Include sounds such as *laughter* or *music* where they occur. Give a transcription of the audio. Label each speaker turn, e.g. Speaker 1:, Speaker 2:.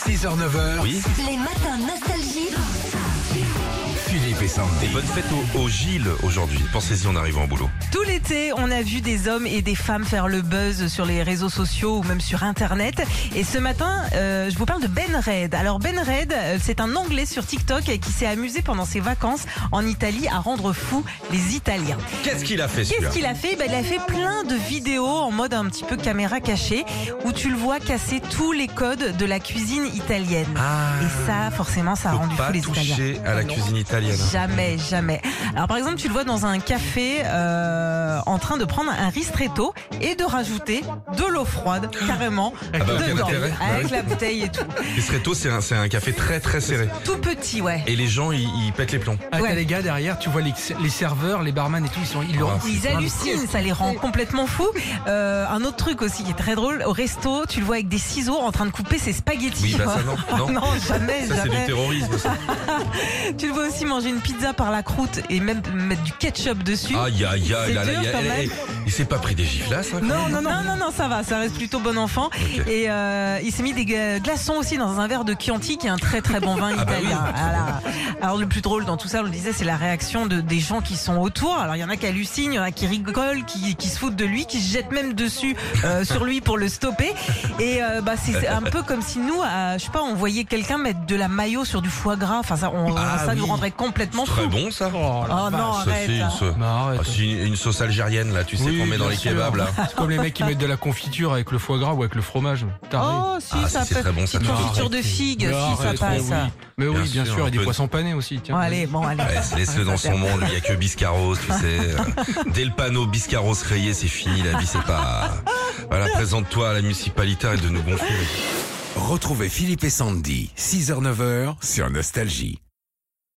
Speaker 1: 6h-9h,
Speaker 2: Oui.
Speaker 3: Les matins nostalgie.
Speaker 1: Philippe et
Speaker 2: Et
Speaker 1: Sandy.
Speaker 2: bonne fête au, au Gilles aujourd'hui. Pensez-y en arrivant au boulot.
Speaker 4: Tout l'été, on a vu des hommes et des femmes faire le buzz sur les réseaux sociaux ou même sur Internet. Et ce matin, euh, je vous parle de Ben Red. Alors Ben Red, euh, c'est un Anglais sur TikTok qui s'est amusé pendant ses vacances en Italie à rendre fous les Italiens.
Speaker 2: Qu'est-ce qu'il a fait celui-là
Speaker 4: Qu'est-ce qu'il a fait Ben, Il a fait plein de vidéos en mode un petit peu caméra cachée où tu le vois casser tous les codes de la cuisine italienne.
Speaker 2: Ah,
Speaker 4: Et ça, forcément, ça a
Speaker 2: faut
Speaker 4: rendu
Speaker 2: pas
Speaker 4: fou les Italiens.
Speaker 2: toucher à la cuisine italienne.
Speaker 4: Jamais, jamais. Alors par exemple, tu le vois dans un café euh, en train de prendre un ristretto et de rajouter de l'eau froide carrément
Speaker 2: Ah bah, aucun
Speaker 4: dedans,
Speaker 2: intérêt. Bah
Speaker 4: avec
Speaker 2: oui.
Speaker 4: la bouteille et tout.
Speaker 2: Ristretto, c'est un, c'est un café très très serré.
Speaker 4: Tout petit, ouais.
Speaker 2: Et les gens, ils, ils pètent les plombs.
Speaker 5: Ah,
Speaker 4: Ouais.
Speaker 5: t'as les gars derrière, tu vois les, les serveurs, les barman et tout, ils sont ils le
Speaker 2: Ah,
Speaker 5: rendent-
Speaker 4: Ils hallucinent, ça les rend complètement fous. Euh, un autre truc aussi qui est très drôle, au resto, tu le vois avec des ciseaux en train de couper ses spaghettis.
Speaker 2: Oui, bah ça non.
Speaker 4: Ah
Speaker 2: Non,
Speaker 4: *laughs* non, jamais,
Speaker 2: ça c'est du
Speaker 4: jamais.
Speaker 2: terrorisme.
Speaker 4: *laughs*
Speaker 2: Ça.
Speaker 4: Tu le vois aussi manger une pizza par la croûte et même mettre du ketchup dessus.
Speaker 2: Aïe aïe aïe,
Speaker 4: C'est
Speaker 2: là, là,
Speaker 4: dur,
Speaker 2: il y a-
Speaker 4: quand
Speaker 2: eh,
Speaker 4: même.
Speaker 2: eh, il s'est pas pris des giflasses. hein, quand
Speaker 4: Non, non, non, non, non, ça va, ça reste plutôt bon enfant.
Speaker 2: Ok.
Speaker 4: Et euh, il s'est mis des gla- glaçons aussi dans un verre de Chianti, qui est un très très bon vin
Speaker 2: *laughs* Ah bah oui.
Speaker 4: italien. Voilà. Alors le plus drôle dans tout ça, on le disait, c'est la réaction de, des gens qui sont autour. Alors il y en a qui hallucinent, il y en a qui rigolent, qui, qui se foutent de lui, qui se jettent même dessus euh, sur lui pour le stopper. Et euh, bah
Speaker 2: *laughs*
Speaker 4: c'est c'est un peu comme si nous, à, je sais pas, on voyait quelqu'un mettre de la mayo sur du foie gras. Enfin ça, on-
Speaker 2: Ah
Speaker 4: ça nous
Speaker 2: oui.
Speaker 4: rendrait complètement
Speaker 2: Très
Speaker 4: fous.
Speaker 2: bon Ah, ça.
Speaker 5: Oh, la
Speaker 4: Oh non,
Speaker 2: Ça,
Speaker 4: arrête.
Speaker 2: c'est une, sauce-
Speaker 5: Mais arrête.
Speaker 2: Ah, c'est une- une sauce algérienne là, tu sais
Speaker 5: Oui,
Speaker 2: qu'on met dans
Speaker 5: bien
Speaker 2: les
Speaker 5: sûr.
Speaker 2: kebabs là.
Speaker 5: C'est comme les mecs qui mettent de la confiture avec le foie gras ou avec le fromage. Taré.
Speaker 4: Oh, si,
Speaker 2: Ah,
Speaker 4: ça
Speaker 2: si, c'est
Speaker 4: peut.
Speaker 2: très bon, ça,
Speaker 4: Petite
Speaker 2: tu
Speaker 4: confiture
Speaker 2: t'arrêtes.
Speaker 4: de figues,
Speaker 5: Mais
Speaker 4: si, ça
Speaker 5: arrête,
Speaker 4: passe.
Speaker 5: mais
Speaker 4: ça.
Speaker 5: oui. Mais
Speaker 2: Bien
Speaker 5: oui, bien
Speaker 2: sûr,
Speaker 5: sûr,
Speaker 2: un
Speaker 5: et des
Speaker 2: peu de-
Speaker 5: poissons panés aussi. Tiens,
Speaker 4: Bon, allez, bon, allez.
Speaker 2: Ouais, Laisse-le dans son monde, il n'y a que Biscarros, tu sais. euh, Dès le panneau Biscarros rayé, c'est fini, la vie c'est pas... Voilà, présente-toi à la municipalité et de nous gonfler.
Speaker 1: Retrouvez Philippe et Sandy, 6h-9h, sur Nostalgie.